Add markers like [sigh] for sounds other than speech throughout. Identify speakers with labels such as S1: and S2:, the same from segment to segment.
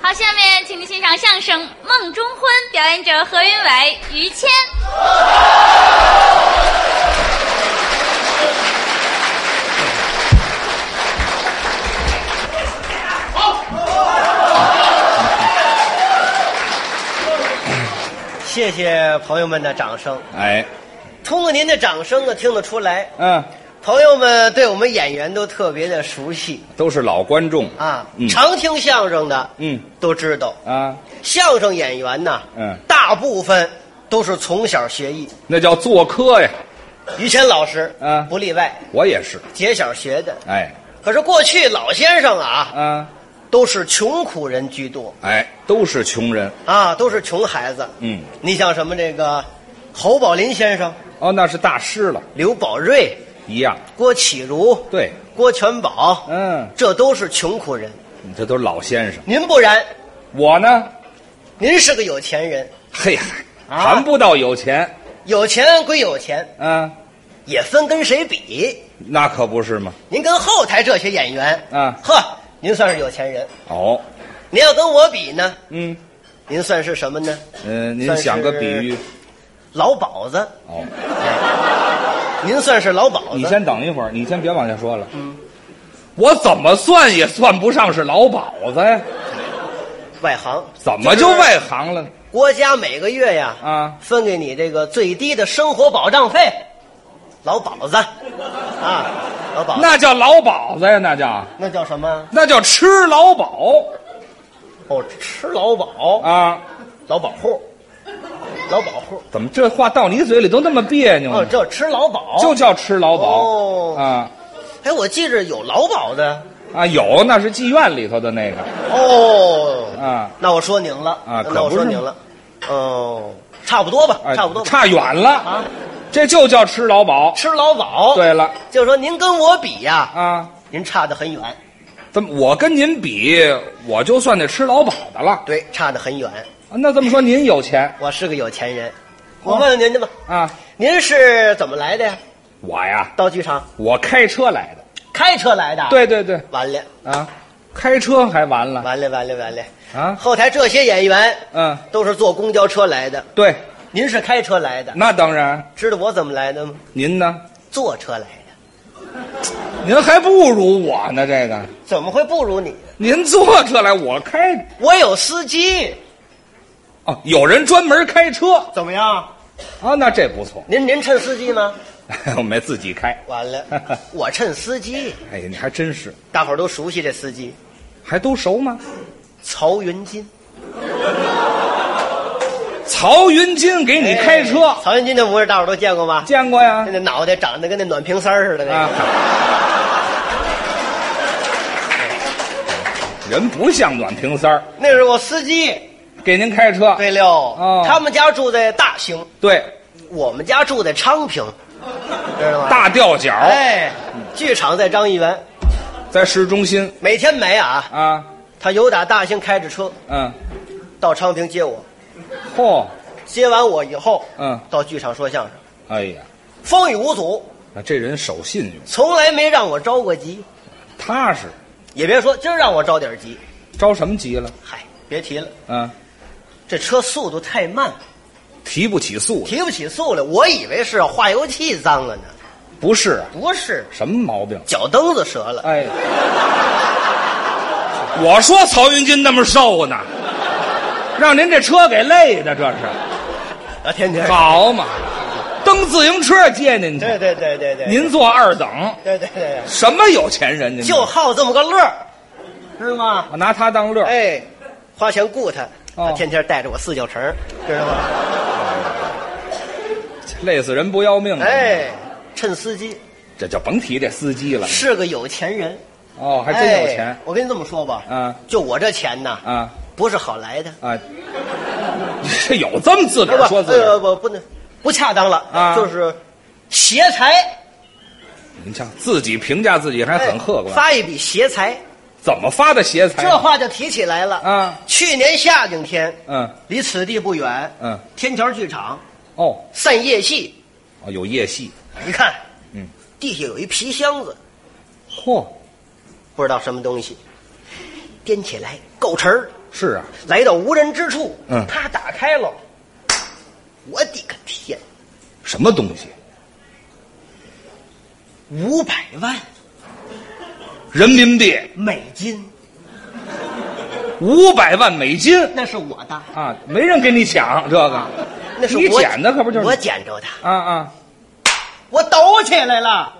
S1: 好，下面请您欣赏相声《梦中婚》，表演者何云伟、于谦。
S2: 谢谢朋友们的掌声。
S3: 哎，
S2: 通过您的掌声呢，听得出来，
S3: 嗯，
S2: 朋友们对我们演员都特别的熟悉
S3: 都是老观众
S2: 啊。
S3: 嗯
S2: 常听相声的，
S3: 嗯
S2: 都知道，
S3: 啊，
S2: 相声演员呐，
S3: 嗯
S2: 大部分都是从小学艺，
S3: 那叫做科呀，
S2: 于谦老师，
S3: 啊
S2: 不例外，
S3: 我也是。
S2: 姐小学的。
S3: 哎，
S2: 可是过去老先生啊，
S3: 啊，
S2: 都是穷苦人居多
S3: 哎，都是穷人。
S2: 啊，都是穷孩子。
S3: 嗯，
S2: 你像什么这个侯宝林先生、
S3: 哦，那是大师了，
S2: 刘宝瑞、
S3: 一样。
S2: 郭启儒、
S3: 对，
S2: 郭全宝，
S3: 嗯，
S2: 这都是穷苦人。
S3: 你这都是老先生。
S2: 您不然，
S3: 我呢，
S2: 您是个有钱人，
S3: 嘿嗨，
S2: 啊
S3: 谈不到有钱。
S2: 有钱归有钱，
S3: 啊，
S2: 也分跟谁比。
S3: 那可不是吗？
S2: 您跟后台这些演员，
S3: 啊
S2: 呵，您算是有钱人。
S3: 哦，
S2: 您要跟我比呢，
S3: 嗯，
S2: 您算是什么呢？
S3: 呃，您
S2: 算是
S3: 想个比喻？
S2: 老鸨子，
S3: 哦，
S2: 您算是老鸨
S3: 你
S2: 子。
S3: 先等一会儿，你先别往下说了。嗯，我怎么算也算不上是老鸨子呀，
S2: 外行
S3: 怎么就外行了呢？
S2: 国家每个月呀，
S3: 啊，
S2: 分给你这个最低的生活保障费，老鸨子，啊，老鸨子，
S3: 那叫老鸨子呀，那叫。
S2: 那叫什么？
S3: 那叫吃老饱
S2: 哦，吃劳保，
S3: 啊！
S2: 劳保户，劳保户。
S3: 怎么这话到你嘴里都那么别扭
S2: 哦，
S3: 呢？
S2: 这吃劳保
S3: 嗯就叫吃老
S2: 哦
S3: 饱啊
S2: 哎，我记着有劳保的
S3: 啊！有那是妓院里头的那个
S2: 哦。
S3: 啊，
S2: 那我说您了
S3: 啊可
S2: 那我
S3: 不
S2: 说
S3: 是
S2: 您了。哦，差不多吧，
S3: 哎
S2: 差不多吧。
S3: 差远了，
S2: 啊，
S3: 这就叫吃老饱。
S2: 吃劳保。，
S3: 对了
S2: 就说您跟我比呀，
S3: 啊，
S2: 您差得很远。
S3: 怎么我跟您比，我就算那吃老饱的了？
S2: 对，差得很远。
S3: 啊那这么说您有钱
S2: 我是个有钱人。我问问您去吧，
S3: 啊？
S2: 您是怎么来的呀？
S3: 我呀，
S2: 到剧场
S3: 我开车来的。
S2: 开车来的。，
S3: 对对对
S2: 完了，
S3: 啊，开车还完了
S2: 完了，完了，完了。
S3: 啊？
S2: 后台这些演员
S3: 嗯，
S2: 都是坐公交车来的，
S3: 对，
S2: 您是开车来的，
S3: 那当然。
S2: 知道我怎么来的吗？
S3: 您呢？
S2: 坐车来的，
S3: 您还不如我呢，这个。
S2: 怎么会不如你？
S3: 您坐车来，我开
S2: 我有司机，
S3: 哦，有人专门开车
S2: 怎么样？
S3: 啊，那这不错， [laughs]
S2: 您您趁司机吗？
S3: 我没自己开。
S2: 完了， [laughs] 我趁司机，
S3: 哎呀，你还真是，
S2: 大伙儿都熟悉这司机
S3: 还都熟吗？
S2: 曹云金。
S3: 曹云金给你开车，
S2: 哎曹云金这模样大伙儿都见过吧？
S3: [laughs] 见过呀？
S2: 那脑袋长得跟那暖瓶塞儿似的，那
S3: 啊
S2: 个，
S3: 人不像暖瓶塞儿，
S2: 那是我司机。
S3: 给您开车。
S2: 对喽，
S3: 哦
S2: 他们家住在大兴，
S3: 对，
S2: 我们家住在昌平，知道吗？
S3: 大哦吊脚
S2: 哎，剧场在张一元，
S3: 在市中心
S2: 每天没啊，
S3: 啊，
S2: 他由打大兴开着车
S3: 嗯，
S2: 到昌平接我，
S3: 嚯，
S2: 接完我以后，
S3: 嗯，
S2: 到剧场说相声，
S3: 哎呀，
S2: 风雨无阻，
S3: 那这人守信用，
S2: 从来没让我着过急。
S3: 踏实，
S2: 也别说今儿让我着点急，
S3: 着什么急了？
S2: 嗨，别提了，
S3: 嗯，
S2: 这车速度太慢，
S3: 提不起诉了，
S2: 提不起速来。我以为是化油器脏了呢，
S3: 不是啊
S2: 不是，
S3: 什么毛病？
S2: 脚蹬子折了。
S3: 哎，我说曹云金那么瘦呢，让您这车给累的，这是
S2: 啊，天天。
S3: 好嘛？蹬自行车接您去，
S2: 对对对对对，
S3: 您坐二等，
S2: 对对对对，
S3: 什么有钱人？您这
S2: 就好这么个乐儿，知道吗？
S3: 我拿他当乐儿，
S2: 哎，花钱雇他，
S3: 哦
S2: 他天天带着我四脚城，知道吗？
S3: 累死人不要命的，
S2: 哎，趁司机
S3: 这就甭提这司机了。
S2: 是个有钱人，
S3: 哦，还
S2: 哎，
S3: 真有钱
S2: 我跟你这么说吧，
S3: 嗯，
S2: 就我这钱呐，
S3: 啊
S2: 不是好来的，
S3: 啊！这哎有这么自个
S2: 不不
S3: 儿说自个
S2: 呃
S3: 儿，
S2: 不不能不恰当了，
S3: 啊
S2: 就是邪财，
S3: 您瞧自己评价自己还很客
S2: 哎
S3: 观，
S2: 发一笔邪财，
S3: 怎么发的邪财？
S2: 这话就提起来了
S3: 啊，
S2: 去年夏景天，
S3: 嗯
S2: 离此地不远，
S3: 嗯，
S2: 天桥剧场
S3: 哦
S2: 散夜戏，
S3: 哦，有夜戏，
S2: 一看，
S3: 嗯，
S2: 地下有一皮箱子，
S3: 嚯！
S2: 不知道什么东西，掂起来够沉儿，
S3: 是啊，
S2: 来到无人之处，
S3: 嗯
S2: 啪打开了，我的个天，
S3: 什么东西？
S2: 五百万
S3: 人民币
S2: 美金，
S3: 五百万美金
S2: 那是我的，
S3: 啊，没人跟你抢这个
S2: 那是
S3: 你
S2: 我
S3: 捡的可不就是
S2: 我捡着的，
S3: 啊啊！
S2: 我抖起来了。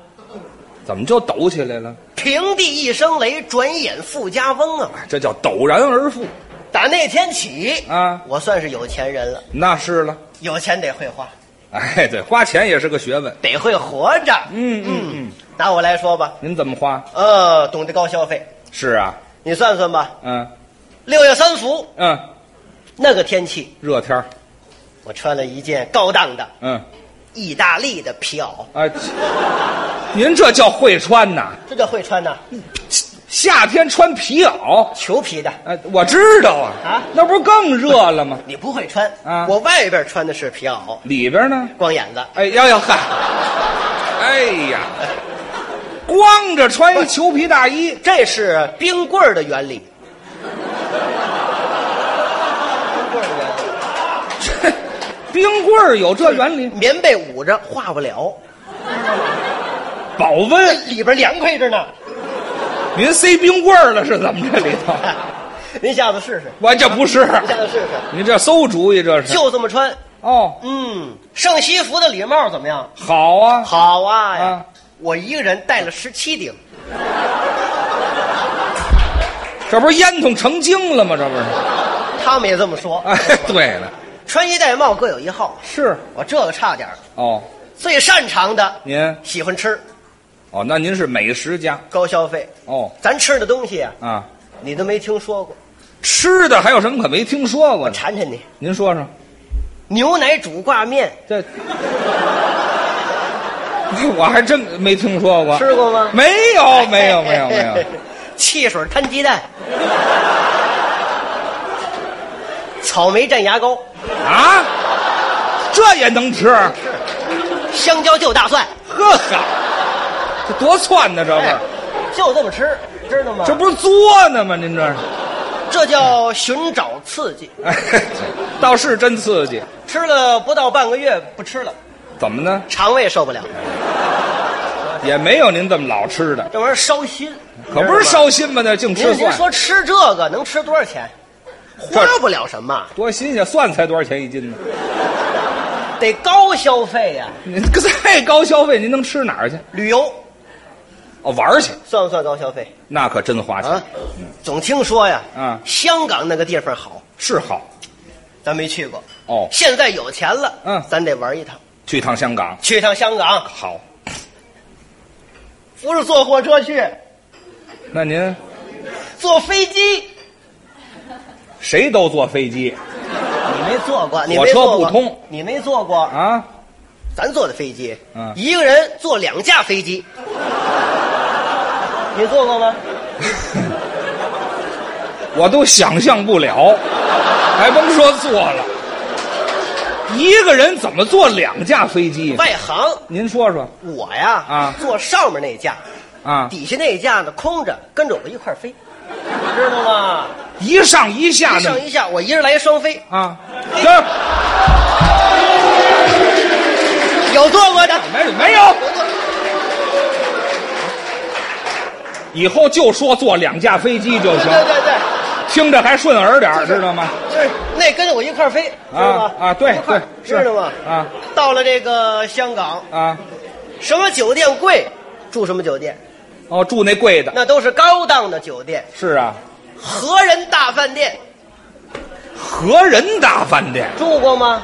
S3: 怎么就抖起来了？
S2: 平地一声雷，转眼富家翁啊！
S3: 这叫陡然而富，
S2: 打那天起
S3: 啊
S2: 我算是有钱人了。
S3: 那是了。
S2: 有钱得会花，
S3: 哎，对，花钱也是个学问。
S2: 得会活着。
S3: 嗯嗯嗯，
S2: 拿我来说吧，
S3: 您怎么花？
S2: 呃，懂得高消费。
S3: 是啊，
S2: 你算算吧，
S3: 嗯
S2: 六月三伏
S3: 嗯，
S2: 那个天气，
S3: 热天儿，
S2: 我穿了一件高档的
S3: 嗯
S2: 意大利的皮袄，
S3: 啊，切 [laughs] 您这叫会穿呐？
S2: 这叫会穿呐，
S3: 嗯夏天穿皮袄，
S2: 裘皮的。
S3: 哎，我知道啊，
S2: 啊
S3: 那不是更热了吗？
S2: 你不会穿
S3: 啊
S2: 我外边穿的是皮袄，
S3: 里边呢？
S2: 光眼子。
S3: 哎呀呀嗨，哎呀，光着穿一裘皮大衣， [laughs]
S2: 这是冰棍儿的原理。冰棍儿的原理。
S3: 这冰棍儿有这原理，
S2: 棉被捂着化不了，
S3: 保温。
S2: 哎里边凉快着呢。
S3: 您塞冰棍儿了是怎么着里头？
S2: 哎您下次试试，
S3: 我这不是，
S2: 您下次试试，
S3: 你这馊主意这是。
S2: 就这么穿。
S3: 哦，
S2: 嗯，圣西服的礼帽怎么样？
S3: 好啊，
S2: 好啊呀！
S3: 啊
S2: 我一个人戴了十七顶，
S3: 这不是烟筒成精了吗？这不是？
S2: 他们也这么说。
S3: 哎，对了，
S2: 穿衣戴帽各有一好，
S3: 是
S2: 我这个差点儿。
S3: 哦，
S2: 最擅长的
S3: 您
S2: 喜欢吃，
S3: 哦，那您是美食家
S2: 高消费。
S3: 哦
S2: 咱吃的东西啊，
S3: 啊，
S2: 你都没听说过，
S3: 吃的还有什么可没听说过呢？
S2: 馋馋你。
S3: 您说说，
S2: 牛奶煮挂面
S3: 这 [laughs] 我还真没听说过，
S2: 吃过吗？
S3: 没有，哦没有，没有，没有。。
S2: [laughs] 汽水摊鸡蛋，草莓蘸牙膏，
S3: 啊，这也能吃？
S2: 香蕉就大蒜，
S3: 呵哈，这多窜呢，这不
S2: 哎
S3: 是？
S2: 就这么吃，知道吗？
S3: 这不是作呢吗？您这是，
S2: 这叫寻找刺激。
S3: 哎，倒是真刺激。
S2: 吃了不到半个月不吃了，
S3: 怎么呢？
S2: 肠胃受不了，
S3: 也没有您这么老吃的，
S2: 这玩意儿烧心，
S3: 可不是烧心吗？那净
S2: 知道
S3: 吃
S2: 吗。您您
S3: 蒜，
S2: 说吃这个能吃多少钱？花不了什么，
S3: 多新鲜！蒜才多少钱一斤呢？
S2: 得高消费呀、
S3: 您再高消费，您能吃哪儿去？
S2: 旅游
S3: 哦，玩儿去，
S2: 算不算高消费
S3: 那可真花钱，
S2: 啊？总听说呀，
S3: 嗯
S2: 香港那个地方好，
S3: 是好
S2: 咱没去过。
S3: 哦。
S2: 现在有钱了，
S3: 嗯
S2: 咱得玩一趟，
S3: 去趟香港，
S2: 去一趟香港，
S3: 好。
S2: 不是坐火车去，
S3: 那您
S2: 坐飞机。
S3: 谁都坐飞机
S2: 你没坐过，你
S3: 火
S2: 没
S3: 车
S2: 坐
S3: 不
S2: 过
S3: 通，
S2: 你没坐过，
S3: 啊？
S2: 咱坐的飞机，
S3: 嗯
S2: 一个人坐两架飞
S3: [laughs]
S2: 机，你坐过吗？
S3: 嗯我都想象不了，还甭说坐了，一个人怎么坐两架飞机？
S2: 外行，
S3: 您说说
S2: 我呀，
S3: 啊
S2: 坐上面那架，
S3: 啊，
S2: 底下那架呢空着，跟着我一块儿飞，知道吗？
S3: 一上一下
S2: 一
S3: 呢
S2: 上一下，我一人来一双飞，
S3: 啊，这
S2: 有坐过的，
S3: 没没有。以后就说坐两架飞机就
S2: 对
S3: 行，
S2: 对对对。
S3: 听着还顺耳点儿，知道吗？
S2: 就是那跟着我一块儿飞，知道吗
S3: 啊？啊，对
S2: 一块
S3: 对
S2: 儿，
S3: 是
S2: 知道吗？
S3: 啊
S2: 到了这个香港，
S3: 啊，
S2: 什么酒店贵，住什么酒店，
S3: 哦，住那贵的，
S2: 那都是高档的酒店，
S3: 是啊，
S2: 和人大饭店
S3: 和仁大饭店
S2: 住过吗？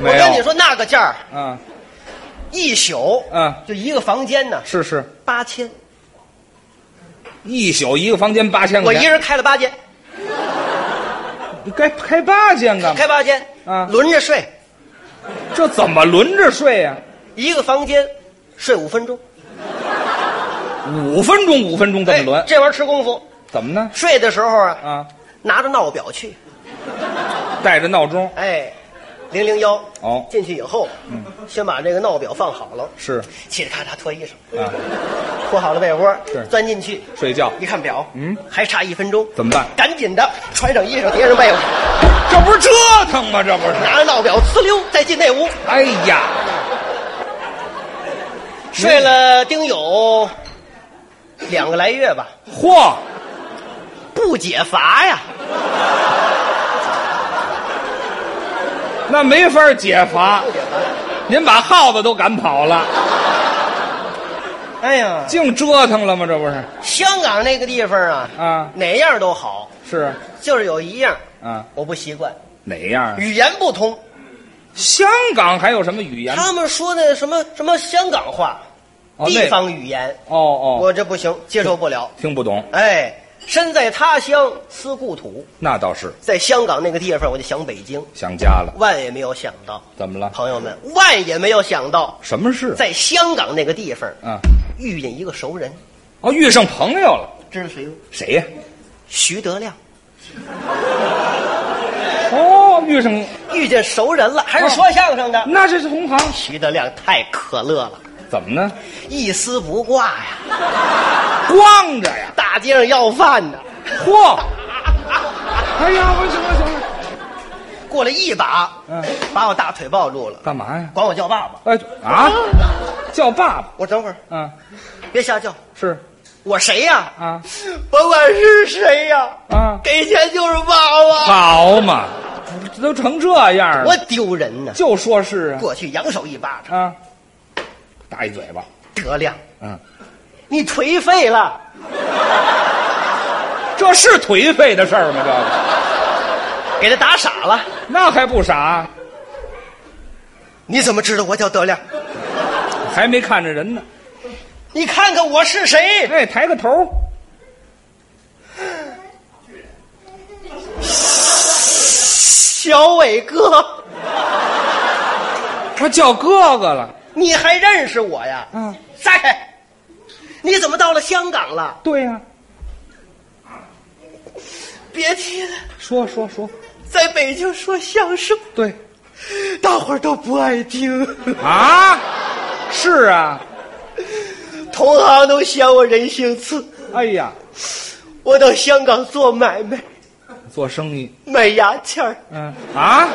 S2: 我
S3: 没
S2: 跟你
S3: 有？
S2: 说，那个价儿
S3: 啊，
S2: 一宿，
S3: 嗯
S2: 就一个房间呢，
S3: 是是，
S2: 八千，
S3: 一宿一个房间八千
S2: 我
S3: 块
S2: 一
S3: 钱，
S2: 人开了八间，
S3: 你该开八间干嘛？
S2: 开八间，
S3: 啊
S2: 轮着睡，
S3: 这怎么轮着睡呀、
S2: 一个房间睡五分钟，
S3: 五分钟，五分钟怎么
S2: 哎
S3: 轮？
S2: 这玩意儿吃功夫，
S3: 怎么呢？
S2: 睡的时候啊，
S3: 啊，
S2: 拿着闹表去，
S3: 带着闹钟
S2: 哎，零零幺，
S3: 哦
S2: 进去以后，先把这个闹表放好了。
S3: 是
S2: 嘁里咔嚓脱衣裳，
S3: 啊，
S2: 铺好了被窝
S3: 是，
S2: 钻进去
S3: 睡觉
S2: 一看表，
S3: 嗯
S2: 还差一分钟，
S3: 怎么办
S2: 赶紧的穿上衣裳，叠上被子，
S3: 这不是折腾吗？这不是？
S2: 拿着闹表，呲溜再进那屋，
S3: 哎呀，
S2: 睡了丁有两个来月吧，
S3: 嚯，
S2: 不解乏呀，
S3: 那没法解乏。您把耗子都赶跑了，
S2: 哎呀，
S3: 净折腾了吗？这不是？
S2: 香港那个地方啊，
S3: 啊
S2: 哪样都好，
S3: 是
S2: 就是有一样
S3: 啊，
S2: 我不习惯，
S3: 哪样啊？
S2: 语言不通，
S3: 香港还有什么语言？
S2: 他们说的什么什么香港话，
S3: 哦那
S2: 地方语言，
S3: 哦哦，嗯
S2: 我这不行，接受不了。
S3: 听不懂，
S2: 哎，身在他乡思故土，
S3: 那倒是
S2: 在香港那个地方，我就想北京，
S3: 想家了。
S2: 万也没有想到，
S3: 怎么了？
S2: 朋友们，万也没有想到，
S3: 什么事？
S2: 在香港那个地方
S3: 啊，
S2: 遇见一个熟人，
S3: 哦，遇上朋友了。
S2: 知道谁吗？
S3: 谁呀、
S2: 徐德亮，
S3: 哦，遇上
S2: 遇见熟人了，还是说相声的。
S3: 那这是同行。
S2: 徐德亮太可乐了，
S3: 怎么呢？
S2: 一丝不挂呀，
S3: 光着呀。
S2: 大街上要饭的，
S3: 嚯！哎呀，我行了行了，
S2: 过来一把，
S3: 嗯
S2: 把我大腿抱住了，
S3: 干嘛呀？
S2: 管我叫爸爸。
S3: 哎啊，叫爸爸。
S2: 我等会儿，
S3: 啊，
S2: 别瞎叫，
S3: 是
S2: 我谁呀、
S3: 啊
S2: 甭管是谁呀、
S3: 啊，
S2: 给钱就是爸爸，
S3: 好嘛，这都成这样了
S2: 我，丢人呢！
S3: 就说是
S2: 过去扬手一巴掌，
S3: 啊啊，打一嘴巴。
S2: 德亮，
S3: 嗯，
S2: 你颓废了，
S3: 这是颓废的事儿吗？这个
S2: 给他打傻了。
S3: 那还不傻，
S2: 你怎么知道我叫德亮？
S3: 还没看着人呢。
S2: 你看看我是谁？
S3: 哎，抬个头，
S2: 小伟哥，
S3: 他叫哥哥了。
S2: 你还认识我呀？
S3: 嗯，
S2: 撒开！你怎么到了香港了？
S3: 对呀、
S2: 别提了，
S3: 说说说，
S2: 在北京说相声，
S3: 对
S2: 大伙儿都不爱听，
S3: 啊，是啊，
S2: 同行都嫌我人性次。
S3: 哎呀，
S2: 我到香港做买卖，
S3: 做生意，
S2: 卖牙签儿，
S3: 嗯啊，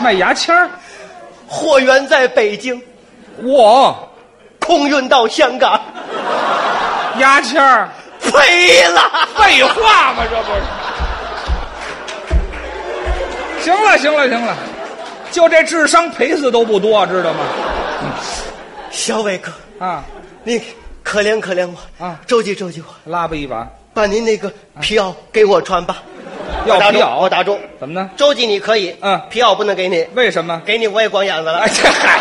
S3: 卖牙签儿，
S2: 货源在北京，
S3: 我
S2: 空运到香港。
S3: 牙签儿，
S2: 赔了。
S3: 废话嘛，这不是？行了行了行了，就这智商赔死都不多，知道吗？
S2: 小伟哥，
S3: 啊，
S2: 你可怜可怜我
S3: 啊
S2: 周济周济我，
S3: 拉吧一把，
S2: 把您那个皮袄给我穿吧。
S3: 要
S2: 我打
S3: 皮
S2: 中
S3: 袄
S2: 我打中。
S3: 怎么呢？
S2: 周济你可以，
S3: 嗯
S2: 皮袄不能给你，
S3: 为什么？
S2: 给你我也光眼子了
S3: 哎。这嗨，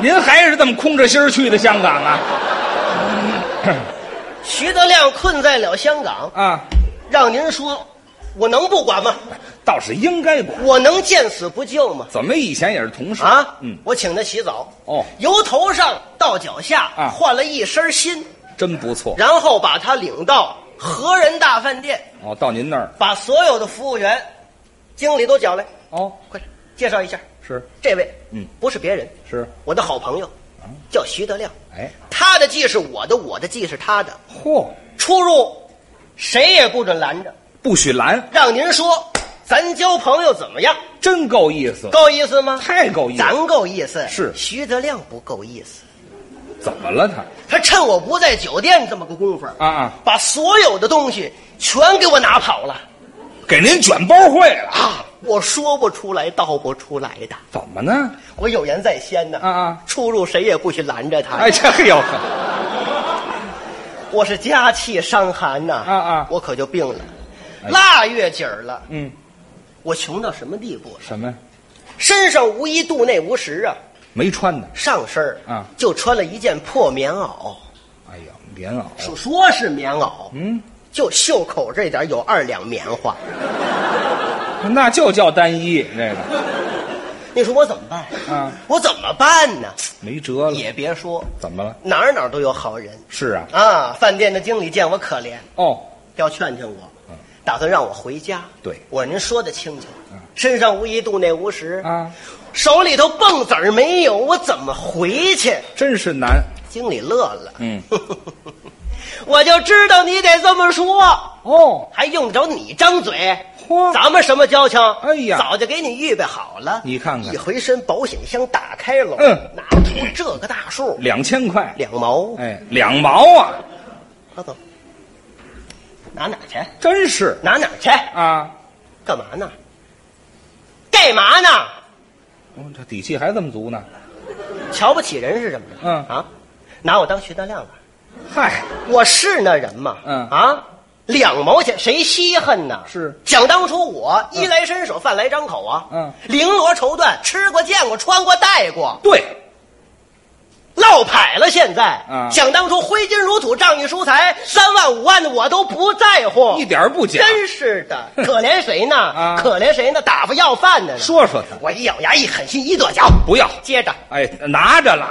S3: 您还是这么空着心儿去的香港啊？
S2: 徐德亮困在了香港，
S3: 啊，
S2: 让您说，我能不管吗？
S3: 倒是应该管。
S2: 我能见死不救吗？
S3: 怎么以前也是同事
S2: 啊，
S3: 嗯，
S2: 我请他洗澡，
S3: 哦
S2: 由头上到脚下，
S3: 啊
S2: 换了一身新，
S3: 真不错。
S2: 然后把他领到和仁大饭店，
S3: 哦，到您那儿
S2: 把所有的服务员、经理都叫来，
S3: 哦，
S2: 快点介绍一下，
S3: 是
S2: 这位，
S3: 嗯，
S2: 不是别人，
S3: 是，
S2: 我的好朋友，叫徐德亮，
S3: 哎，
S2: 他的技是我的，我的技是他的，
S3: 嚯，
S2: 出入谁也不准拦着，
S3: 不许拦，
S2: 让您说，咱交朋友怎么样？
S3: 真够意思，
S2: 够意思吗？
S3: 太够意思。
S2: 咱够意思，
S3: 是
S2: 徐德亮不够意思，
S3: 怎么了他？
S2: 他趁我不在酒店这么个功夫，
S3: 啊啊，
S2: 把所有的东西全给我拿跑了
S3: 给您卷包会了？
S2: 啊！ [laughs] 我说不出来，道不出来的。
S3: 怎么呢？
S2: 我有言在先呢，
S3: 啊啊，
S2: 出入谁也不许拦着他。
S3: 哎，这个有
S2: 我是家气伤寒呐，
S3: 啊啊哎
S2: 我可就病了，腊月底儿了，
S3: 嗯，
S2: 我穷到什么地步了？啊
S3: 什么呀？
S2: 身上无一度内无食啊，
S3: 没穿的？
S2: 上身儿
S3: 啊
S2: 就穿了一件破棉袄，
S3: 哎呀，棉袄。
S2: 说说是棉袄，
S3: 嗯，
S2: 就袖口这点儿有二两棉花，
S3: 那就叫单衣，这个
S2: 你说我怎么办？
S3: 啊，
S2: 我怎么办呢？
S3: 没辙了。
S2: 也别说，
S3: 怎么了？
S2: 哪儿哪儿都有好人
S3: 是啊，
S2: 啊。饭店的经理见我可怜，
S3: 哦，
S2: 要劝劝我，打算让我回家。
S3: 嗯对嗯
S2: 我说您说的清楚，身上无一度内无食
S3: 啊，
S2: 手里头蹦子儿没有，我怎么回去？
S3: 真是难。
S2: 经理乐了，
S3: 嗯，
S2: [laughs] 我就知道你得这么说，
S3: 哦，
S2: 还用得着你张嘴？
S3: 嚯
S2: 咱们什么交情？
S3: 哎呀
S2: 早就给你预备好了。
S3: 你看看
S2: 一回身，保险箱打开了，
S3: 嗯，
S2: 拿出这个大数，
S3: 两千块，
S2: 两毛，
S3: 哎，两毛啊，
S2: 拿走，拿哪儿去？
S3: 真是
S2: 拿哪儿去？
S3: 啊！
S2: 干嘛呢？干嘛呢？
S3: 哦这底气还这么足呢？
S2: 瞧不起人是什么呢？
S3: 嗯
S2: 啊，拿我当徐德亮了？
S3: 嗨，
S2: 我是那人吗？
S3: 嗯
S2: 啊，两毛钱谁稀罕呐？
S3: 是
S2: 想当初我衣来伸手，饭来张口啊。
S3: 嗯，
S2: 绫罗绸缎吃过、见过、穿过、戴过，
S3: 对，
S2: 落牌了。现在，
S3: 嗯
S2: 想当初挥金如土、仗义疏财，三万五万的我都不在乎，
S3: 一点儿不假。
S2: 真是
S3: [laughs]
S2: 的，可怜谁呢？
S3: 啊
S2: 可怜谁呢？打发要饭的呢。
S3: 说说他，
S2: 我一咬牙，一狠心，一跺脚，
S3: 不要。
S2: 接着，
S3: 哎，拿着了，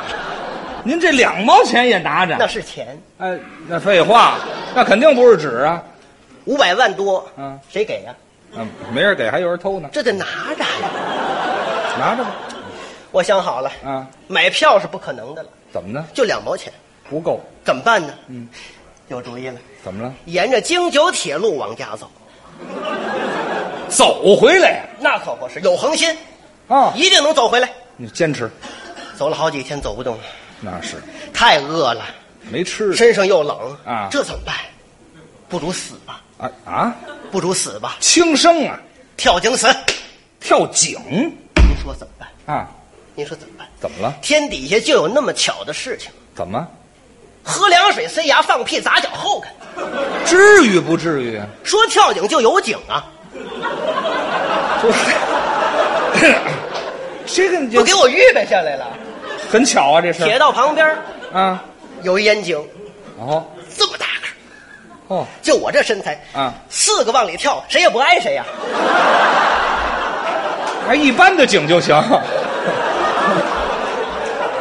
S3: 您这两毛钱也拿
S2: 那
S3: 着。
S2: 是钱，
S3: 哎，那废话，那肯定不是纸啊。
S2: 五百万多，
S3: 嗯，
S2: 谁给呀、
S3: 嗯，没人给，还有人偷呢。
S2: 这得拿着呀。
S3: 拿着吧。
S2: 我想好了，
S3: 啊，
S2: 买票是不可能的了，
S3: 怎么呢？
S2: 就两毛钱，
S3: 不够？
S2: 怎么办呢？嗯，有主意了，
S3: 怎么了？
S2: 沿着京九铁路往家走，
S3: 走回来呀
S2: 那可不是有恒心，
S3: 啊！
S2: 一定能走回来。
S3: 你坚持，
S2: 走了好几天走不动了，
S3: 那是
S2: 太饿了，
S3: 没吃的
S2: 身上又冷
S3: 啊
S2: 这怎么办？不如死吧，
S3: 啊啊！
S2: 不如死吧，
S3: 轻生啊，
S2: 跳井死。
S3: 跳井
S2: 您说怎么办？
S3: 啊？
S2: 您说怎么办？
S3: 怎么了？
S2: 天底下就有那么巧的事情，
S3: 怎么？
S2: 喝凉水塞牙，放屁砸脚后跟。
S3: 至于不至于啊？
S2: 说跳井就有井啊！
S3: 就是这个你
S2: 都
S3: 就
S2: 给我预备下来了。
S3: 很巧啊，这事
S2: 铁
S3: 儿
S2: 道旁边
S3: 啊。
S2: 有一烟井，
S3: 哦
S2: 这么大个儿，
S3: 哦，
S2: 就我这身材
S3: 啊，
S2: 四个往里跳，谁也不挨谁呀、
S3: 还一般的井就行 [laughs] 啊，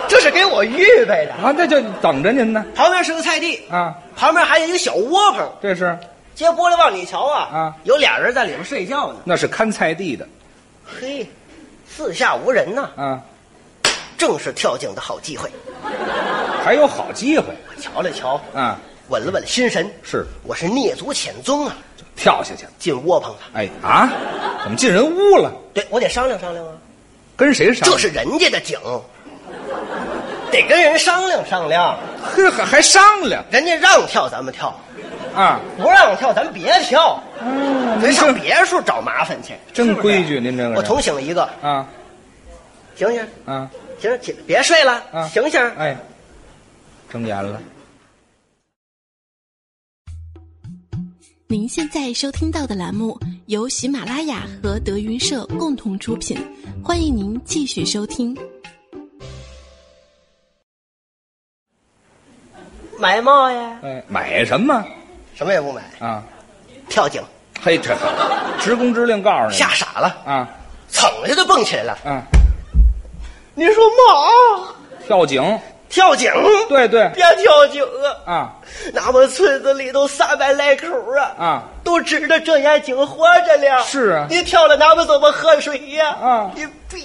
S2: 这是给我预备的。
S3: 那就等着您呢
S2: 旁边是个菜地，
S3: 啊。
S2: 旁边还有一个小窝棚，
S3: 这是
S2: 揭玻璃往里瞧啊，
S3: 啊，
S2: 有俩人在里边睡觉呢。
S3: 那是看菜地的
S2: 嘿，四下无人呐，
S3: 啊，
S2: 正是跳井的好机会。
S3: 还有好机会
S2: 我瞧了瞧，
S3: 啊，
S2: 稳了稳心神，
S3: 是
S2: 我是蹑足潜踪啊，
S3: 跳下去了。
S2: 进窝棚了。
S3: 哎啊，怎么进人屋了？
S2: 对我得商量商量啊，
S3: 跟谁商
S2: 这
S3: 量？
S2: 是人家的井，得跟人商量商量。
S3: 这还还商量
S2: 人家让跳咱们跳，
S3: 啊？
S2: 不让跳咱别跳，
S3: 没
S2: 咱上别处找麻烦去。
S3: 真规矩，您这个人
S2: 我同醒了一个，
S3: 啊
S2: 醒醒，
S3: 啊
S2: 醒醒，起别睡了，
S3: 啊！
S2: 醒醒。
S3: 哎，睁眼了。
S4: 您现在收听到的栏目由喜马拉雅和德云社共同出品，欢迎您继续收听。
S2: 买嘛呀？
S3: 哎，买什么
S2: 什么也不买，
S3: 啊？
S2: 跳井，
S3: 嘿，这职工之令告诉你
S2: 吓傻了，
S3: 嗯啊
S2: 噌一下就蹦起来了。
S3: 啊！
S2: 你说嘛？
S3: 跳井，
S2: 跳井？
S3: 对对
S2: 别跳井啊！
S3: 啊
S2: 那么村子里都三百来口啊，
S3: 啊！
S2: 都指着这眼井活着了。
S3: 是啊
S2: 你跳了，咱们怎么喝水呀？
S3: 啊
S2: 你别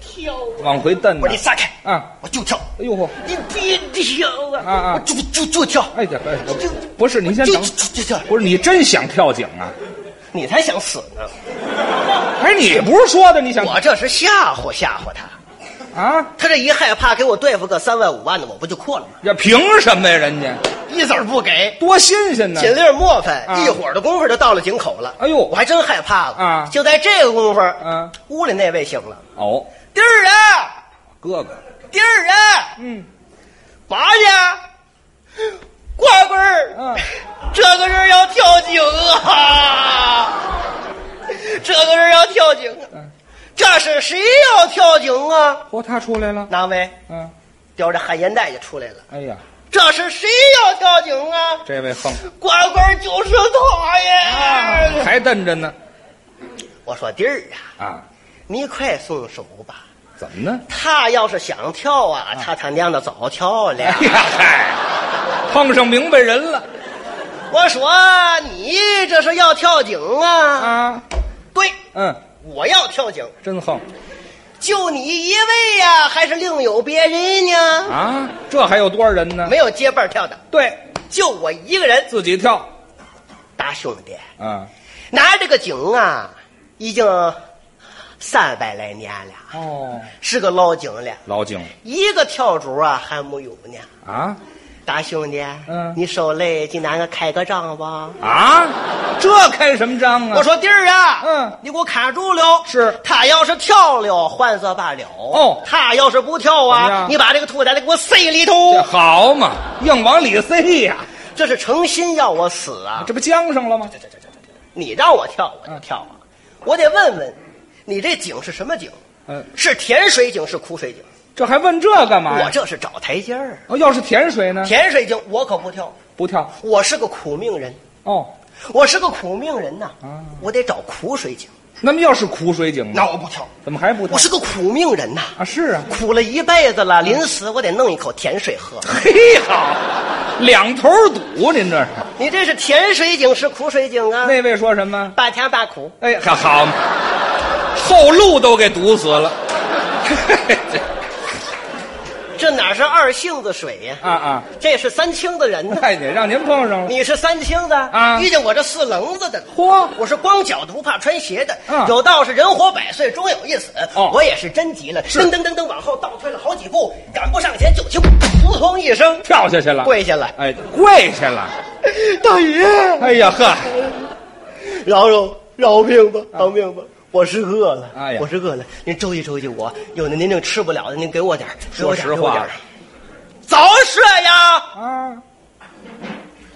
S2: 跳啊！
S3: 往回蹬
S2: 我
S3: 呢
S2: 说你撒开
S3: 啊！
S2: 我就跳。
S3: 哎呦嚯！
S2: 你别跳啊！
S3: 啊啊
S2: 我就就就跳，
S3: 哎呀，哎不不是，您先
S2: 就
S3: 等
S2: 就，就跳。
S3: 不是你真想跳井啊？
S2: 你才想死呢！
S3: 哎，你不是说的你想
S2: 我这是吓唬吓唬他，
S3: 啊？
S2: 他这一害怕，给我对付个三万五万的，我不就阔了吗？
S3: 呀，凭什么呀？人家
S2: 一子儿不给，
S3: 多新鲜呢！
S2: 紧令磨翻，
S3: 啊
S2: 一会儿的功夫就到了井口了。
S3: 哎呦
S2: 我还真害怕了
S3: 啊
S2: 就在这个功夫，
S3: 啊，
S2: 屋里那位醒了，
S3: 哦，
S2: 弟儿啊，
S3: 哥哥，
S2: 弟儿啊，
S3: 嗯，
S2: 嘛去？乖乖儿，
S3: 嗯
S2: 这个人要跳井啊！这个人要跳井啊！
S3: 嗯
S2: 这是谁要跳井啊？
S3: 嚯，他出来了，
S2: 哪位？
S3: 嗯，
S2: 叼着旱烟袋就出来了。
S3: 哎呀，
S2: 这是谁要跳井啊？
S3: 这位横
S2: 乖乖儿就是他呀！
S3: 还瞪着呢
S2: 我说弟儿啊，
S3: 啊？
S2: 你快松手吧。
S3: 怎么呢？
S2: 他要是想跳啊，他他娘的早跳了
S3: 哎。呀嗨，碰上明白人了
S2: 我说你这是要跳井啊？
S3: 啊！
S2: 对，
S3: 嗯，
S2: 我要跳井。
S3: 真横，
S2: 就你一位呀、还是另有别人呢？
S3: 啊，这还有多少人呢？
S2: 没有接伴跳的，
S3: 对，
S2: 就我一个人。
S3: 自己跳。
S2: 大兄弟，
S3: 啊，
S2: 拿这个井啊，已经三百来年了，
S3: 哦，
S2: 是个老井了，
S3: 老井
S2: 一个跳主啊还没有呢。
S3: 啊
S2: 大兄弟，
S3: 嗯
S2: 你受累，今咱个开个张吧。
S3: 啊，这开什么张啊？
S2: 我说弟儿啊，
S3: 嗯
S2: 你给我卡住了。
S3: 是
S2: 他要是跳了，换算罢了。
S3: 哦
S2: 他要是不跳
S3: 怎么
S2: 啊，
S3: 样
S2: 你把这个兔崽子给我塞里头。
S3: 这好嘛，硬往里塞呀，
S2: 这是诚心要我死啊！
S3: 这不嗯犟上了吗？
S2: 你让我跳，我就跳啊！我得问问，你这井是什么井？
S3: 嗯，
S2: 是甜水井，是苦水井？
S3: 这还问这干嘛呀？
S2: 我这是找台阶儿。
S3: 哦，要是甜水呢？
S2: 甜水井我可不跳，
S3: 不跳。
S2: 我是个苦命人，
S3: 哦，
S2: 我是个苦命人呐、
S3: 啊
S2: 我得找苦水井。
S3: 那么要是苦水井呢
S2: 那？我不跳，
S3: 怎么还嗯不跳？
S2: 我是个苦命人呐、
S3: 啊，是啊。
S2: 苦了一辈子
S3: 嗯
S2: 了，临死我得弄一口甜水喝。
S3: 嘿好，两头堵，您这是。
S2: 你这是甜水井是苦水井啊？
S3: 那位说什么？
S2: 半甜半苦，
S3: 哎，好好嘛，后路都给堵死了。
S2: 这哪是二杏子水呀、
S3: 啊啊！
S2: 这是三清的人呢。
S3: [laughs] 太姐让您碰上了。
S2: 你是三清的
S3: 啊
S2: 遇见我这四棱子的了。
S3: 嚯
S2: 我是光脚的，不怕穿鞋的。
S3: 嗯
S2: 有道是人活百岁，终有一死。
S3: 哦
S2: 我也是真急了，噔噔噔噔往后倒退了好几步，赶不上前就听扑通一声
S3: 跳下去了，
S2: 跪下了。
S3: 哎，跪下了。
S2: 大爷，
S3: 哎呀呵，
S2: [laughs] 饶饶饶命吧，饶命吧。我是饿了，
S3: 啊哎呀
S2: 我是饿了。您周济周济我，有的您这吃不了的，您给我点儿给我点儿
S3: 说实话
S2: 给我点儿早说呀，
S3: 啊，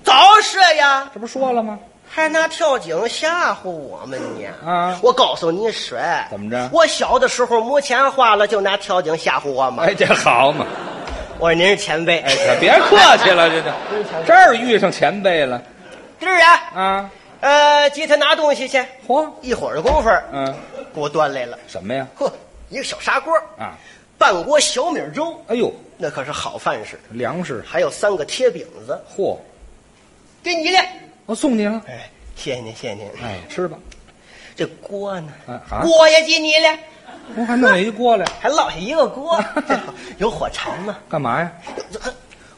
S2: 早说呀，
S3: 这不说了吗？
S2: 还拿跳井吓唬我们呢！
S3: 啊
S2: 我告诉你说，
S3: 怎么着
S2: 我小的时候没钱花了，就拿跳井吓唬我们。
S3: 哎，这好嘛，
S2: 我说您是前辈，
S3: 哎，可别客气了，这这这儿遇上前辈了
S2: 弟儿啊，
S3: 啊！
S2: 呃，今天拿东西去，
S3: 嚯，
S2: 一会儿的功夫，
S3: 嗯，
S2: 给我端来了，
S3: 什么呀？
S2: 呵，一个小砂锅，
S3: 啊，
S2: 半锅小米粥，
S3: 哎呦，
S2: 那可是好饭食，
S3: 粮食，
S2: 还有三个贴饼子，
S3: 嚯，
S2: 给你了。
S3: 我送您了。
S2: 哎，谢谢您，谢谢您。
S3: 哎，吃吧。
S2: 这锅呢？
S3: 啊啊
S2: 锅也给你了，
S3: 我还弄一锅来，
S2: 还落下一个
S3: [laughs]
S2: 锅，这好有火柴吗？
S3: 干嘛呀？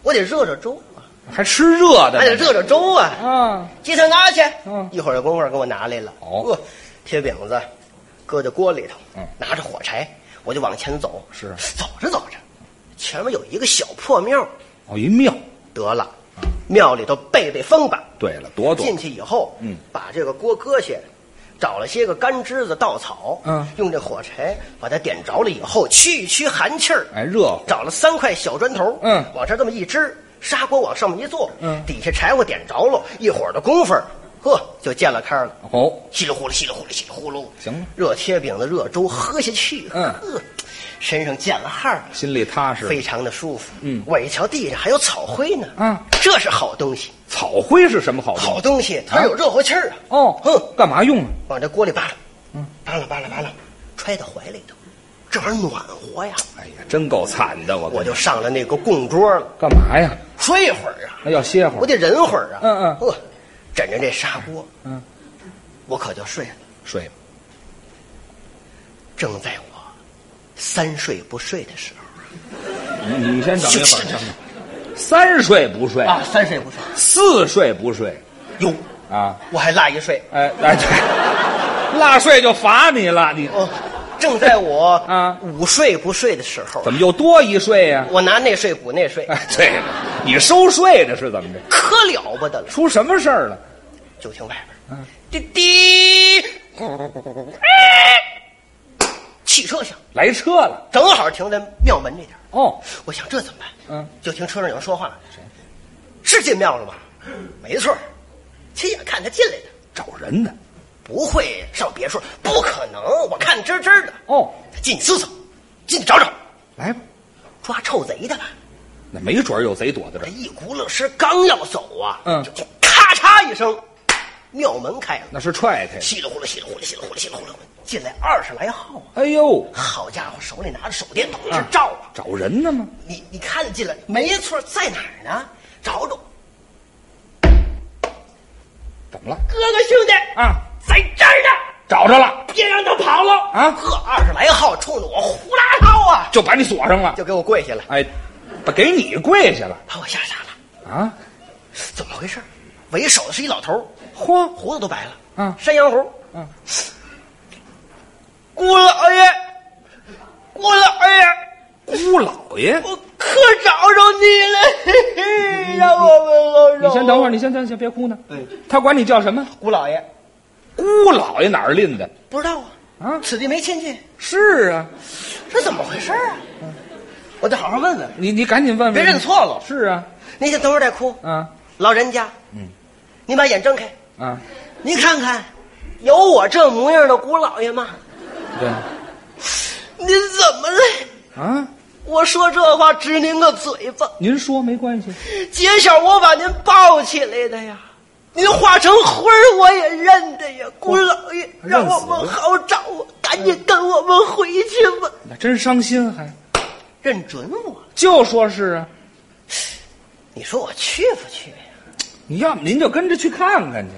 S2: 我得热热粥啊，
S3: 还吃热的呢？
S2: 还得热热粥啊！
S3: 啊！
S2: 鸡腿拿去，
S3: 嗯
S2: 一会儿有功夫给我拿来了。
S3: 哦
S2: 呃，贴饼子搁在锅里头，
S3: 嗯
S2: 拿着火柴，我就往前走。
S3: 是
S2: 走着走着，前面有一个小破庙，
S3: 哦，一庙。
S2: 得了，庙里头背背风吧。
S3: 对了，躲躲。
S2: 进去以后，
S3: 嗯
S2: 把这个锅搁下，找了些个干枝子、稻草，
S3: 嗯
S2: 用这火柴把它点着了以后，驱一驱寒气儿，
S3: 哎，热乎。
S2: 找了三块小砖头，
S3: 嗯
S2: 往这这么一支，砂锅往上面一坐，
S3: 嗯
S2: 底下柴火点着了，一会儿的功夫，呵，就见了开了。
S3: 哦，
S2: 稀里呼噜，稀里呼噜，稀里呼噜。
S3: 行了
S2: 热贴饼的热粥喝下去，
S3: 嗯
S2: 呵，身上见了汗儿，
S3: 心里踏实。
S2: 非常的舒服。
S3: 嗯
S2: 我一瞧地上还有草灰呢，
S3: 嗯
S2: 这是好东西。
S3: 草灰是什么好东西？
S2: 好东西，它有热乎气儿啊！
S3: 哦，
S2: 哼，
S3: 干嘛用啊？
S2: 往这锅里扒拉，嗯，扒拉扒拉扒拉，揣到怀里头，这玩意儿暖和呀！
S3: 哎呀，真够惨的，我
S2: 我就上了那个供桌了，
S3: 干嘛呀？
S2: 睡一会儿啊，
S3: 那要歇会
S2: 我
S3: 儿。
S2: 得忍会儿啊。
S3: 嗯嗯
S2: 呵，枕着这砂锅，
S3: 嗯，
S2: 我可就睡了。
S3: 睡吧。
S2: 正在我三睡不睡的时候
S3: 你你先等一会
S2: 就
S3: 儿
S2: 是
S3: 等一会儿。三睡不睡，
S2: 啊，三睡不睡，
S3: 四睡不睡
S2: 哟，
S3: 啊？
S2: 我还落一睡。
S3: 哎哎，对，落睡就罚你了。你
S2: 哦，正在我
S3: 啊
S2: 午睡不睡的时候，
S3: 怎么又多一睡呀？
S2: 我拿内睡补内睡，
S3: 哎，对了，你收税的是怎么着？
S2: 可了不得了。
S3: 出什么事儿了？
S2: 就听外边
S3: 嗯
S2: 儿，滴滴，哎汽车响，
S3: 来车了。
S2: 正好停在庙门这点儿
S3: 哦，
S2: 我想这怎么办？
S3: 嗯，
S2: 就听车上有人说话了，是进庙了吗？没错儿，亲眼看他进来的，
S3: 找人的。
S2: 不会上别处，不可能，我看真真的。
S3: 哦，
S2: 进去搜搜，进去找找，
S3: 来吧，
S2: 抓臭贼的吧。
S3: 那没准儿有贼躲在这
S2: 这
S3: 儿。
S2: 一骨乐师刚要走啊，
S3: 嗯
S2: 就咔嚓一声，庙门开了，
S3: 那是踹开了。
S2: 稀里呼噜，稀里呼噜，稀里呼噜，稀里呼噜，进来二十来号啊。
S3: 哎呦，
S2: 好家伙，手里拿着手电筒是
S3: 嗯
S2: 照啊！
S3: 找人呢吗？
S2: 你你看得进来，没错，在哪儿呢？找找，
S3: 怎么了？
S2: 哥哥兄弟，
S3: 啊，
S2: 在这儿呢！
S3: 找着了。
S5: 别让他跑了！
S3: 啊，
S2: 这二十来号冲着我呼啦掏啊，
S3: 就把你锁上了。
S2: 就给我跪下了，
S3: 哎，把给你跪下了
S2: 把我吓傻了。
S3: 啊！
S2: 怎么回事？为首的是一老头，
S3: 嚯，
S2: 胡子都白了，
S3: 嗯
S2: 山羊胡，
S3: 嗯，
S2: 姑老爷，姑老爷，
S3: 姑老爷，
S2: 我可找着你了，嘿嘿让我们搂搂。
S3: 嗯你先等会儿，你先等，先别哭呢。
S2: 嗯，
S3: 他管你叫什么？
S2: 姑老爷，
S3: 姑老爷哪儿吝的
S2: 不知道啊，
S3: 啊？
S2: 此地没亲戚，
S3: 是啊，
S2: 这怎么回事啊？我得好好问问，
S3: 你你赶紧问问，
S2: 别认错了。
S3: 是啊，
S2: 您先等会儿再哭，
S3: 啊
S2: 老人家，嗯，您把眼睁开，
S3: 啊，
S2: 您看看，有我这模样的姑老爷吗？
S3: 对
S2: 您怎么了？
S3: 啊，
S2: 我说这话指您个嘴巴，
S3: 您说没关系，
S2: 姐小我把您抱起来的呀，您化成灰儿我也认得呀，姑老爷，
S3: 认
S2: 让
S3: 死
S2: 我们好找啊，赶紧跟我们回去吧。
S3: 那真伤心还
S2: 认准我了，
S3: 就说是啊，
S2: 你说我去不去呀？啊
S3: 你要么您就跟着去看看去，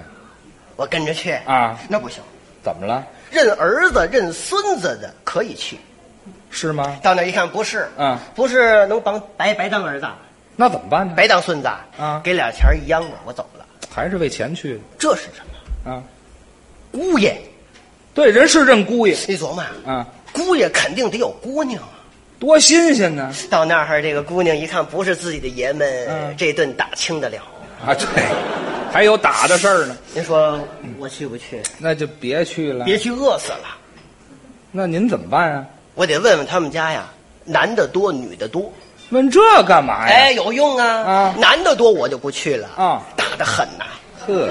S2: 我跟着去
S3: 啊
S2: 那不行，
S3: 怎么了？
S2: 认儿子认孙子的可以去，
S3: 是吗？
S2: 到那一看不是，
S3: 嗯
S2: 不是能帮白白当儿子啊，
S3: 那怎么办呢？
S2: 白当孙子
S3: 啊
S2: 给俩钱儿一样的，我走了。
S3: 还是为钱去
S2: 这是什么？
S3: 的啊？
S2: 姑爷，
S3: 对，人是认姑爷
S2: 你琢磨啊，
S3: 啊，
S2: 姑爷肯定得有姑娘啊。
S3: 多新鲜呢！
S2: 到那儿，这个姑娘一看不是自己的爷们，
S3: 嗯
S2: 这顿打轻得了。
S3: 啊，对，还有打的事儿呢，
S2: 您说
S3: 嗯
S2: 我去不去？
S3: 那就别去了。
S2: 别去饿死了，
S3: 那您怎么办啊？
S2: 我得问问他们家呀，男的多，女的多。
S3: 问这干嘛呀？
S2: 哎，有用啊！
S3: 啊
S2: 男的多我就不去了
S3: 啊，
S2: 打得狠呐、
S3: 呵，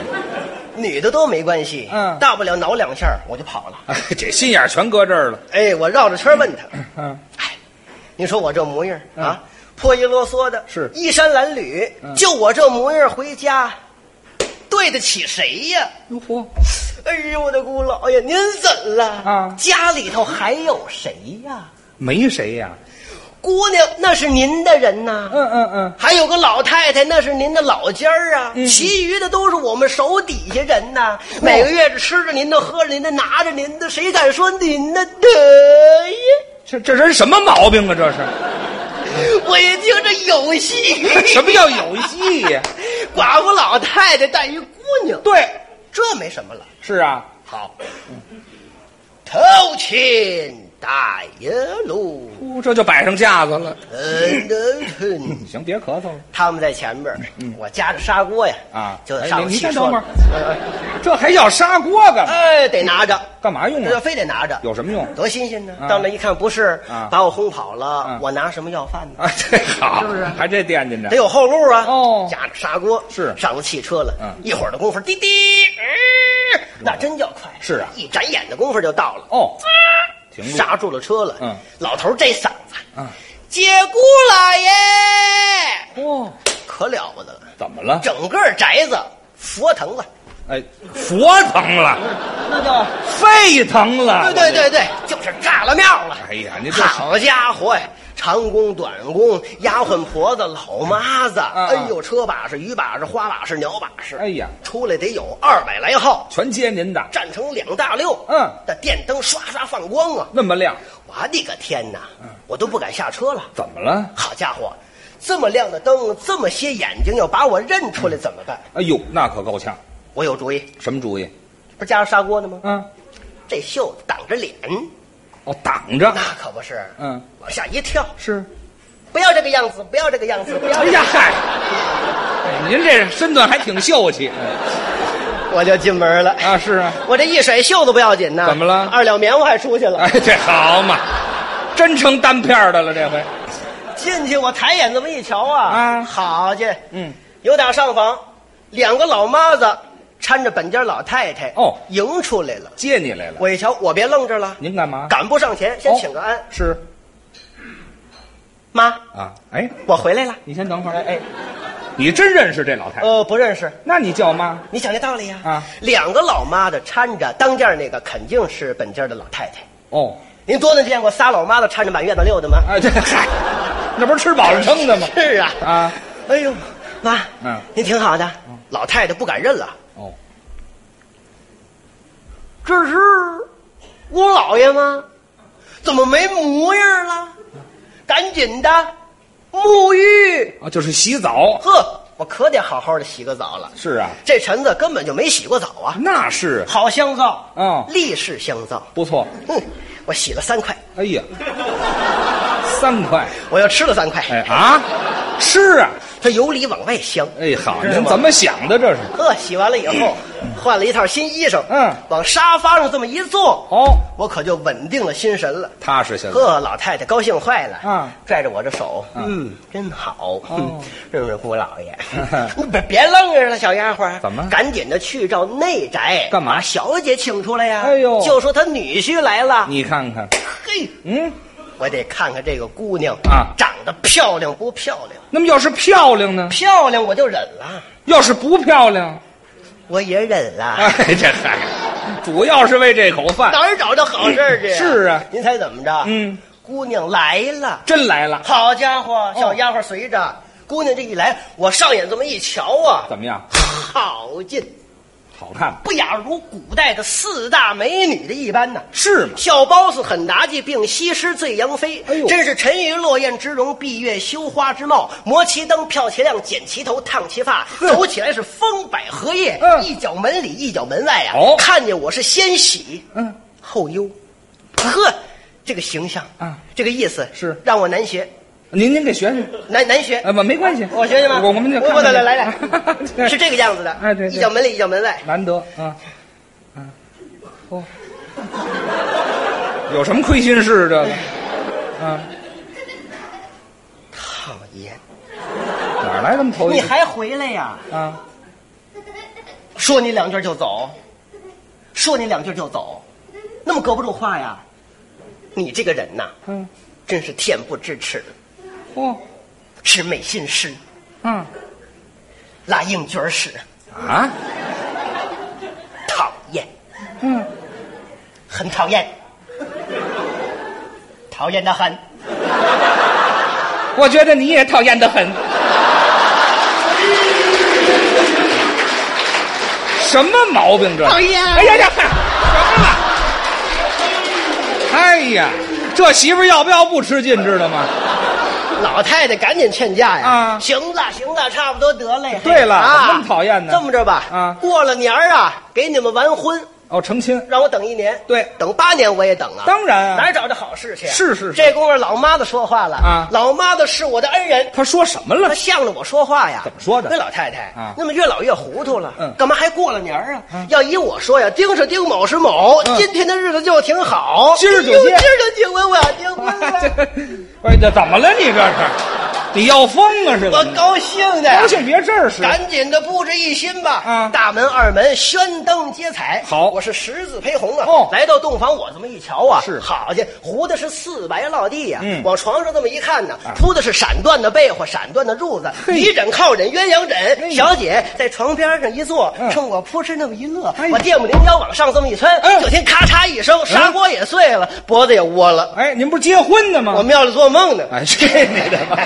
S2: 女的多没关系，
S3: 嗯
S2: 大不了挠两下我就跑了。
S3: 哎这心眼儿全搁这儿了。
S2: 哎，我绕着圈问他，
S3: 嗯，
S2: 你说我这模样啊，破衣啰嗦的，
S3: 是
S2: 衣衫褴褛，
S3: 嗯
S2: 就我这模样回家，对得起谁呀？
S3: 哟嚯，
S2: 哎呦，我的姑老爷，您怎了？
S3: 啊
S2: 家里头还有谁呀？
S3: 没谁呀、
S2: 姑娘，那是您的人呐。
S3: 嗯嗯嗯，
S2: 还有个老太太，那是您的老家儿啊，其余的都是我们手底下人呐、
S3: 哦
S2: 每个月是吃着您的，喝着您的，拿着您的，谁敢说您的得呀？
S3: 这这人什么毛病啊？这是
S2: 我一听这有戏，
S3: [laughs] 什么叫有戏呀、
S2: 寡妇老太太带一姑娘，
S3: [laughs] 对，
S2: 这没什么了。
S3: 是啊，
S2: 好，头前大爷路，
S3: 哦这就摆上架子了。
S2: 腾腾腾。
S3: 行，别咳嗽了
S2: 他们在前边儿，我夹着砂锅呀，
S3: 嗯啊！
S2: 就
S3: 哎
S2: 上
S3: 你你
S2: 汽
S3: 先
S2: 车
S3: 等会
S2: 了，
S3: 儿，这还要砂锅干嘛？
S2: 哎，得拿着。
S3: 干嘛用
S2: 这
S3: 啊？
S2: 非得拿着，
S3: 有什么用？
S2: 多新鲜呢！
S3: 啊
S2: 到那一看不是
S3: 啊，
S2: 把我轰跑了
S3: 嗯，
S2: 我拿什么要饭呢？
S3: 啊，这好，是不是？哎还这惦记着
S2: 得。有后路啊！
S3: 哦
S2: 架着砂锅
S3: 是
S2: 上了汽车了
S3: 嗯，
S2: 一会儿的功夫，滴滴，呃那真叫快！
S3: 是啊
S2: 一眨眼的功夫就到了，
S3: 哦，停住！
S2: 刹住了车了。
S3: 嗯，
S2: 老头这嗓子，
S3: 嗯
S2: 姐姑老爷
S3: 哦，
S2: 可了不得了，
S3: 怎么了？
S2: 整个宅子佛啊腾了，
S3: 哎，佛疼了，
S2: 那叫
S3: 沸腾了。
S2: 对对对对，就是炸了庙了。
S3: 哎呀您这是
S2: 好家伙呀！长工、短工、丫鬟婆子、老妈子，
S3: 啊
S2: 哎呦，车把式、鱼把式、花把式、鸟把式，
S3: 哎呀
S2: 出来得有二百来号，
S3: 全接您的，
S2: 站成两大溜。
S3: 嗯
S2: 那电灯刷刷放光啊！
S3: 那么亮，
S2: 我的个天哪，我都不敢下车了。
S3: 怎么了？
S2: 好家伙，这么亮的灯，这么些眼睛，要把我认出来怎么办？
S3: 哎呦，那可够呛。
S2: 我有主意，
S3: 什么主意？
S2: 不是加上砂锅呢吗？
S3: 嗯，
S2: 这袖子挡着脸，
S3: 哦，挡着
S2: 那。可不是。
S3: 嗯，
S2: 往下一跳，
S3: 是。
S2: 不要这个样子，不要这个样子，不要
S3: 哎
S2: 这个
S3: 呀
S2: 样子。
S3: 嗨，哎您这身段还挺秀气。哎
S2: [laughs] 我就进门了
S3: 啊，是啊。
S2: 我这一甩袖子不要紧呐，
S3: 怎么了
S2: 二两棉花还出去了。
S3: 哎，这好嘛，真成单片儿的了这回。
S2: 进去我抬眼这么一瞧啊，
S3: 啊
S2: 好家伙，
S3: 嗯，
S2: 有打上房，两个老妈子搀着本家老太太
S3: 哦
S2: 迎出来了。
S3: 接你来了。
S2: 我一瞧，我别愣着了，
S3: 您干嘛？
S2: 赶不上前，
S3: 哦
S2: 先请个安。
S3: 是
S2: 妈，
S3: 啊，哎，
S2: 我回来了。
S3: 你先等会儿。哎，你真认识这老太太？
S2: 呃，不认识，
S3: 那你叫妈？
S2: 你讲这道理呀、
S3: 哎啊
S2: 两个老妈子搀着，当家那个肯定是本家的老太太。
S3: 哦，
S2: 您多能见过仨老妈子搀着满院子溜达吗？
S3: 哎，这嗨，那不是吃饱了撑的吗？
S2: 是啊，
S3: 啊，
S2: 哎呦，妈，
S3: 嗯
S2: 您挺好的。老太太不敢认了，
S3: 哦，
S2: 这是吴老爷吗？怎么没模样了？赶紧的，沐浴。
S3: 啊，就是洗澡。
S2: 呵，我可得好好的洗个澡了。
S3: 是啊，
S2: 这陈子根本就没洗过澡啊！
S3: 那是
S2: 好香皂，
S3: 嗯
S2: 立式香皂，
S3: 不错。
S2: 哼，我洗了三块，
S3: 哎呀，三块，
S2: 我又吃了三块，
S3: 哎啊，是啊，
S2: 它由里往外香。
S3: 哎好，
S2: 是
S3: 您
S2: 吗
S3: 怎么想的这是？
S2: 呵，洗完了以后，换了一套新衣裳，
S3: 嗯
S2: 往沙发上这么一坐，
S3: 哦，
S2: 我可就稳定了心神了。
S3: 踏实些了。
S2: 呵，老太太高兴坏了，
S3: 嗯
S2: 拽着我这手，
S3: 嗯，
S2: 真好，嗯是不是姑老爷？
S3: [laughs]
S2: 别别愣着了，小丫鬟，
S3: 嗯怎么
S2: 赶紧的去照内宅，
S3: 干嘛
S2: 把小姐请出来呀？
S3: 哎呦
S2: 就说她女婿来了，
S3: 你看看，
S2: 嘿，
S3: 嗯，
S2: 我得看看这个姑娘
S3: 啊
S2: 长得漂亮不漂亮？
S3: 那么要是漂亮呢？
S2: 漂亮我就忍了，
S3: 要是不漂亮，
S2: 我也忍了。
S3: 哎，这嗨，主要是为这口饭
S2: 哪。儿找着好事儿去、
S3: [laughs] 是啊
S2: 您猜怎么着？
S3: 嗯，
S2: 姑娘来了，
S3: 真来了，
S2: 好家
S3: 哦
S2: 伙，小丫鬟随着、姑娘这一来，我上眼这么一瞧啊，
S3: 怎么样？
S2: 好劲，
S3: 好看吗？
S2: 不亚如古代的四大美女的一般呐。
S3: 是吗？
S2: 小包子很妲己，并西施醉杨妃。
S3: 哎呦
S2: 真是沉鱼落雁之容，闭月羞花之貌。磨其灯，漂其亮，剪其头，烫其发，走起来是风摆荷叶，
S3: 嗯
S2: 一脚门里，一脚门外啊。
S3: 哦
S2: 看见我是先喜，
S3: 嗯，
S2: 后忧，呵，这个形象
S3: 啊，
S2: 这个意思
S3: 是
S2: 让我难学，
S3: 您您给学学，
S2: 难难学。
S3: 哎不没关系，
S2: 呃我学学吧，
S3: 我我们就
S2: 我
S3: 看
S2: 我
S3: 看
S2: 来来
S3: [laughs]
S2: 来，是这个样子的，
S3: 哎对对
S2: 一脚门里一脚门外，
S3: 难得啊，嗯，嚯、有什么亏心事这个？啊，
S2: 讨厌，
S3: 哪儿来这么头一
S2: 你
S3: 次
S2: 还回来呀？
S3: 啊？
S2: 说你两句就走，说你两句就走，那么搁不住话呀？你这个人呐，
S3: 嗯，
S2: 真是恬不知耻，
S3: 嚯、
S2: 是美心师，
S3: 嗯
S2: 拉硬角使，
S3: 啊，
S2: 讨厌，
S3: 嗯，
S2: 很讨厌，讨厌的很。
S3: 我觉得你也讨厌的很。什么毛病这？
S4: 讨厌
S3: 哎呀呀，嗨什么了？哎呀，这媳妇儿要不要不吃劲，知道吗？
S2: 老太太赶紧劝架呀！
S3: 啊
S2: 行了行了，差不多得了呀。
S3: 对了
S2: 啊
S3: 怎么那么讨厌呢
S2: 这么着吧，
S3: 啊
S2: 过了年儿啊，给你们完婚，
S3: 哦，成亲，
S2: 让我等一年。
S3: 对
S2: 等八年我也等啊。
S3: 当然啊
S2: 哪儿找着好事去？
S3: 是是是
S2: 这功夫老妈子说话了
S3: 啊
S2: 老妈子是我的恩人。
S3: 他说什么
S2: 她
S3: 了？
S2: 向着我说话呀，
S3: 怎么说的
S2: 那老太太
S3: 啊
S2: 那么越老越糊涂了，
S3: 嗯
S2: 干嘛还过了年儿啊？要依我说呀，丁是丁，卯是卯，
S3: 嗯
S2: 今天的日子就挺好，
S3: 今儿就
S2: 哎呦
S3: 结
S2: 今儿就结婚，我要结婚
S3: [laughs]
S2: 了，
S3: 不是，哎这怎么了？你这是，你要疯啊？是
S2: 我
S3: 怎么着
S2: 高兴的呀，
S3: 高兴别这儿是
S2: 赶紧的布置一新吧！
S3: 啊
S2: 大门二门宣灯接彩。
S3: 好
S2: 我是十字披红啊！
S3: 哦
S2: 来到洞房，我这么一瞧啊，
S3: 是
S2: 好家伙，糊的是四白落地呀、
S3: 嗯啊
S2: 往床上这么一看呢，铺的是闪缎的被或闪缎的褥子，一枕靠枕鸳鸯枕。小姐在床边上一坐，
S3: 哎嗯
S2: 冲我扑哧那么一乐，
S3: 哎呀
S2: 我垫不灵腰往上这么一抻，
S3: 嗯
S2: 就听咔嚓一声，砂锅也碎了，脖子也窝了。
S3: 哎，您不是结婚呢吗？
S2: 我妙了做梦呢。
S3: 哎，去你的吧！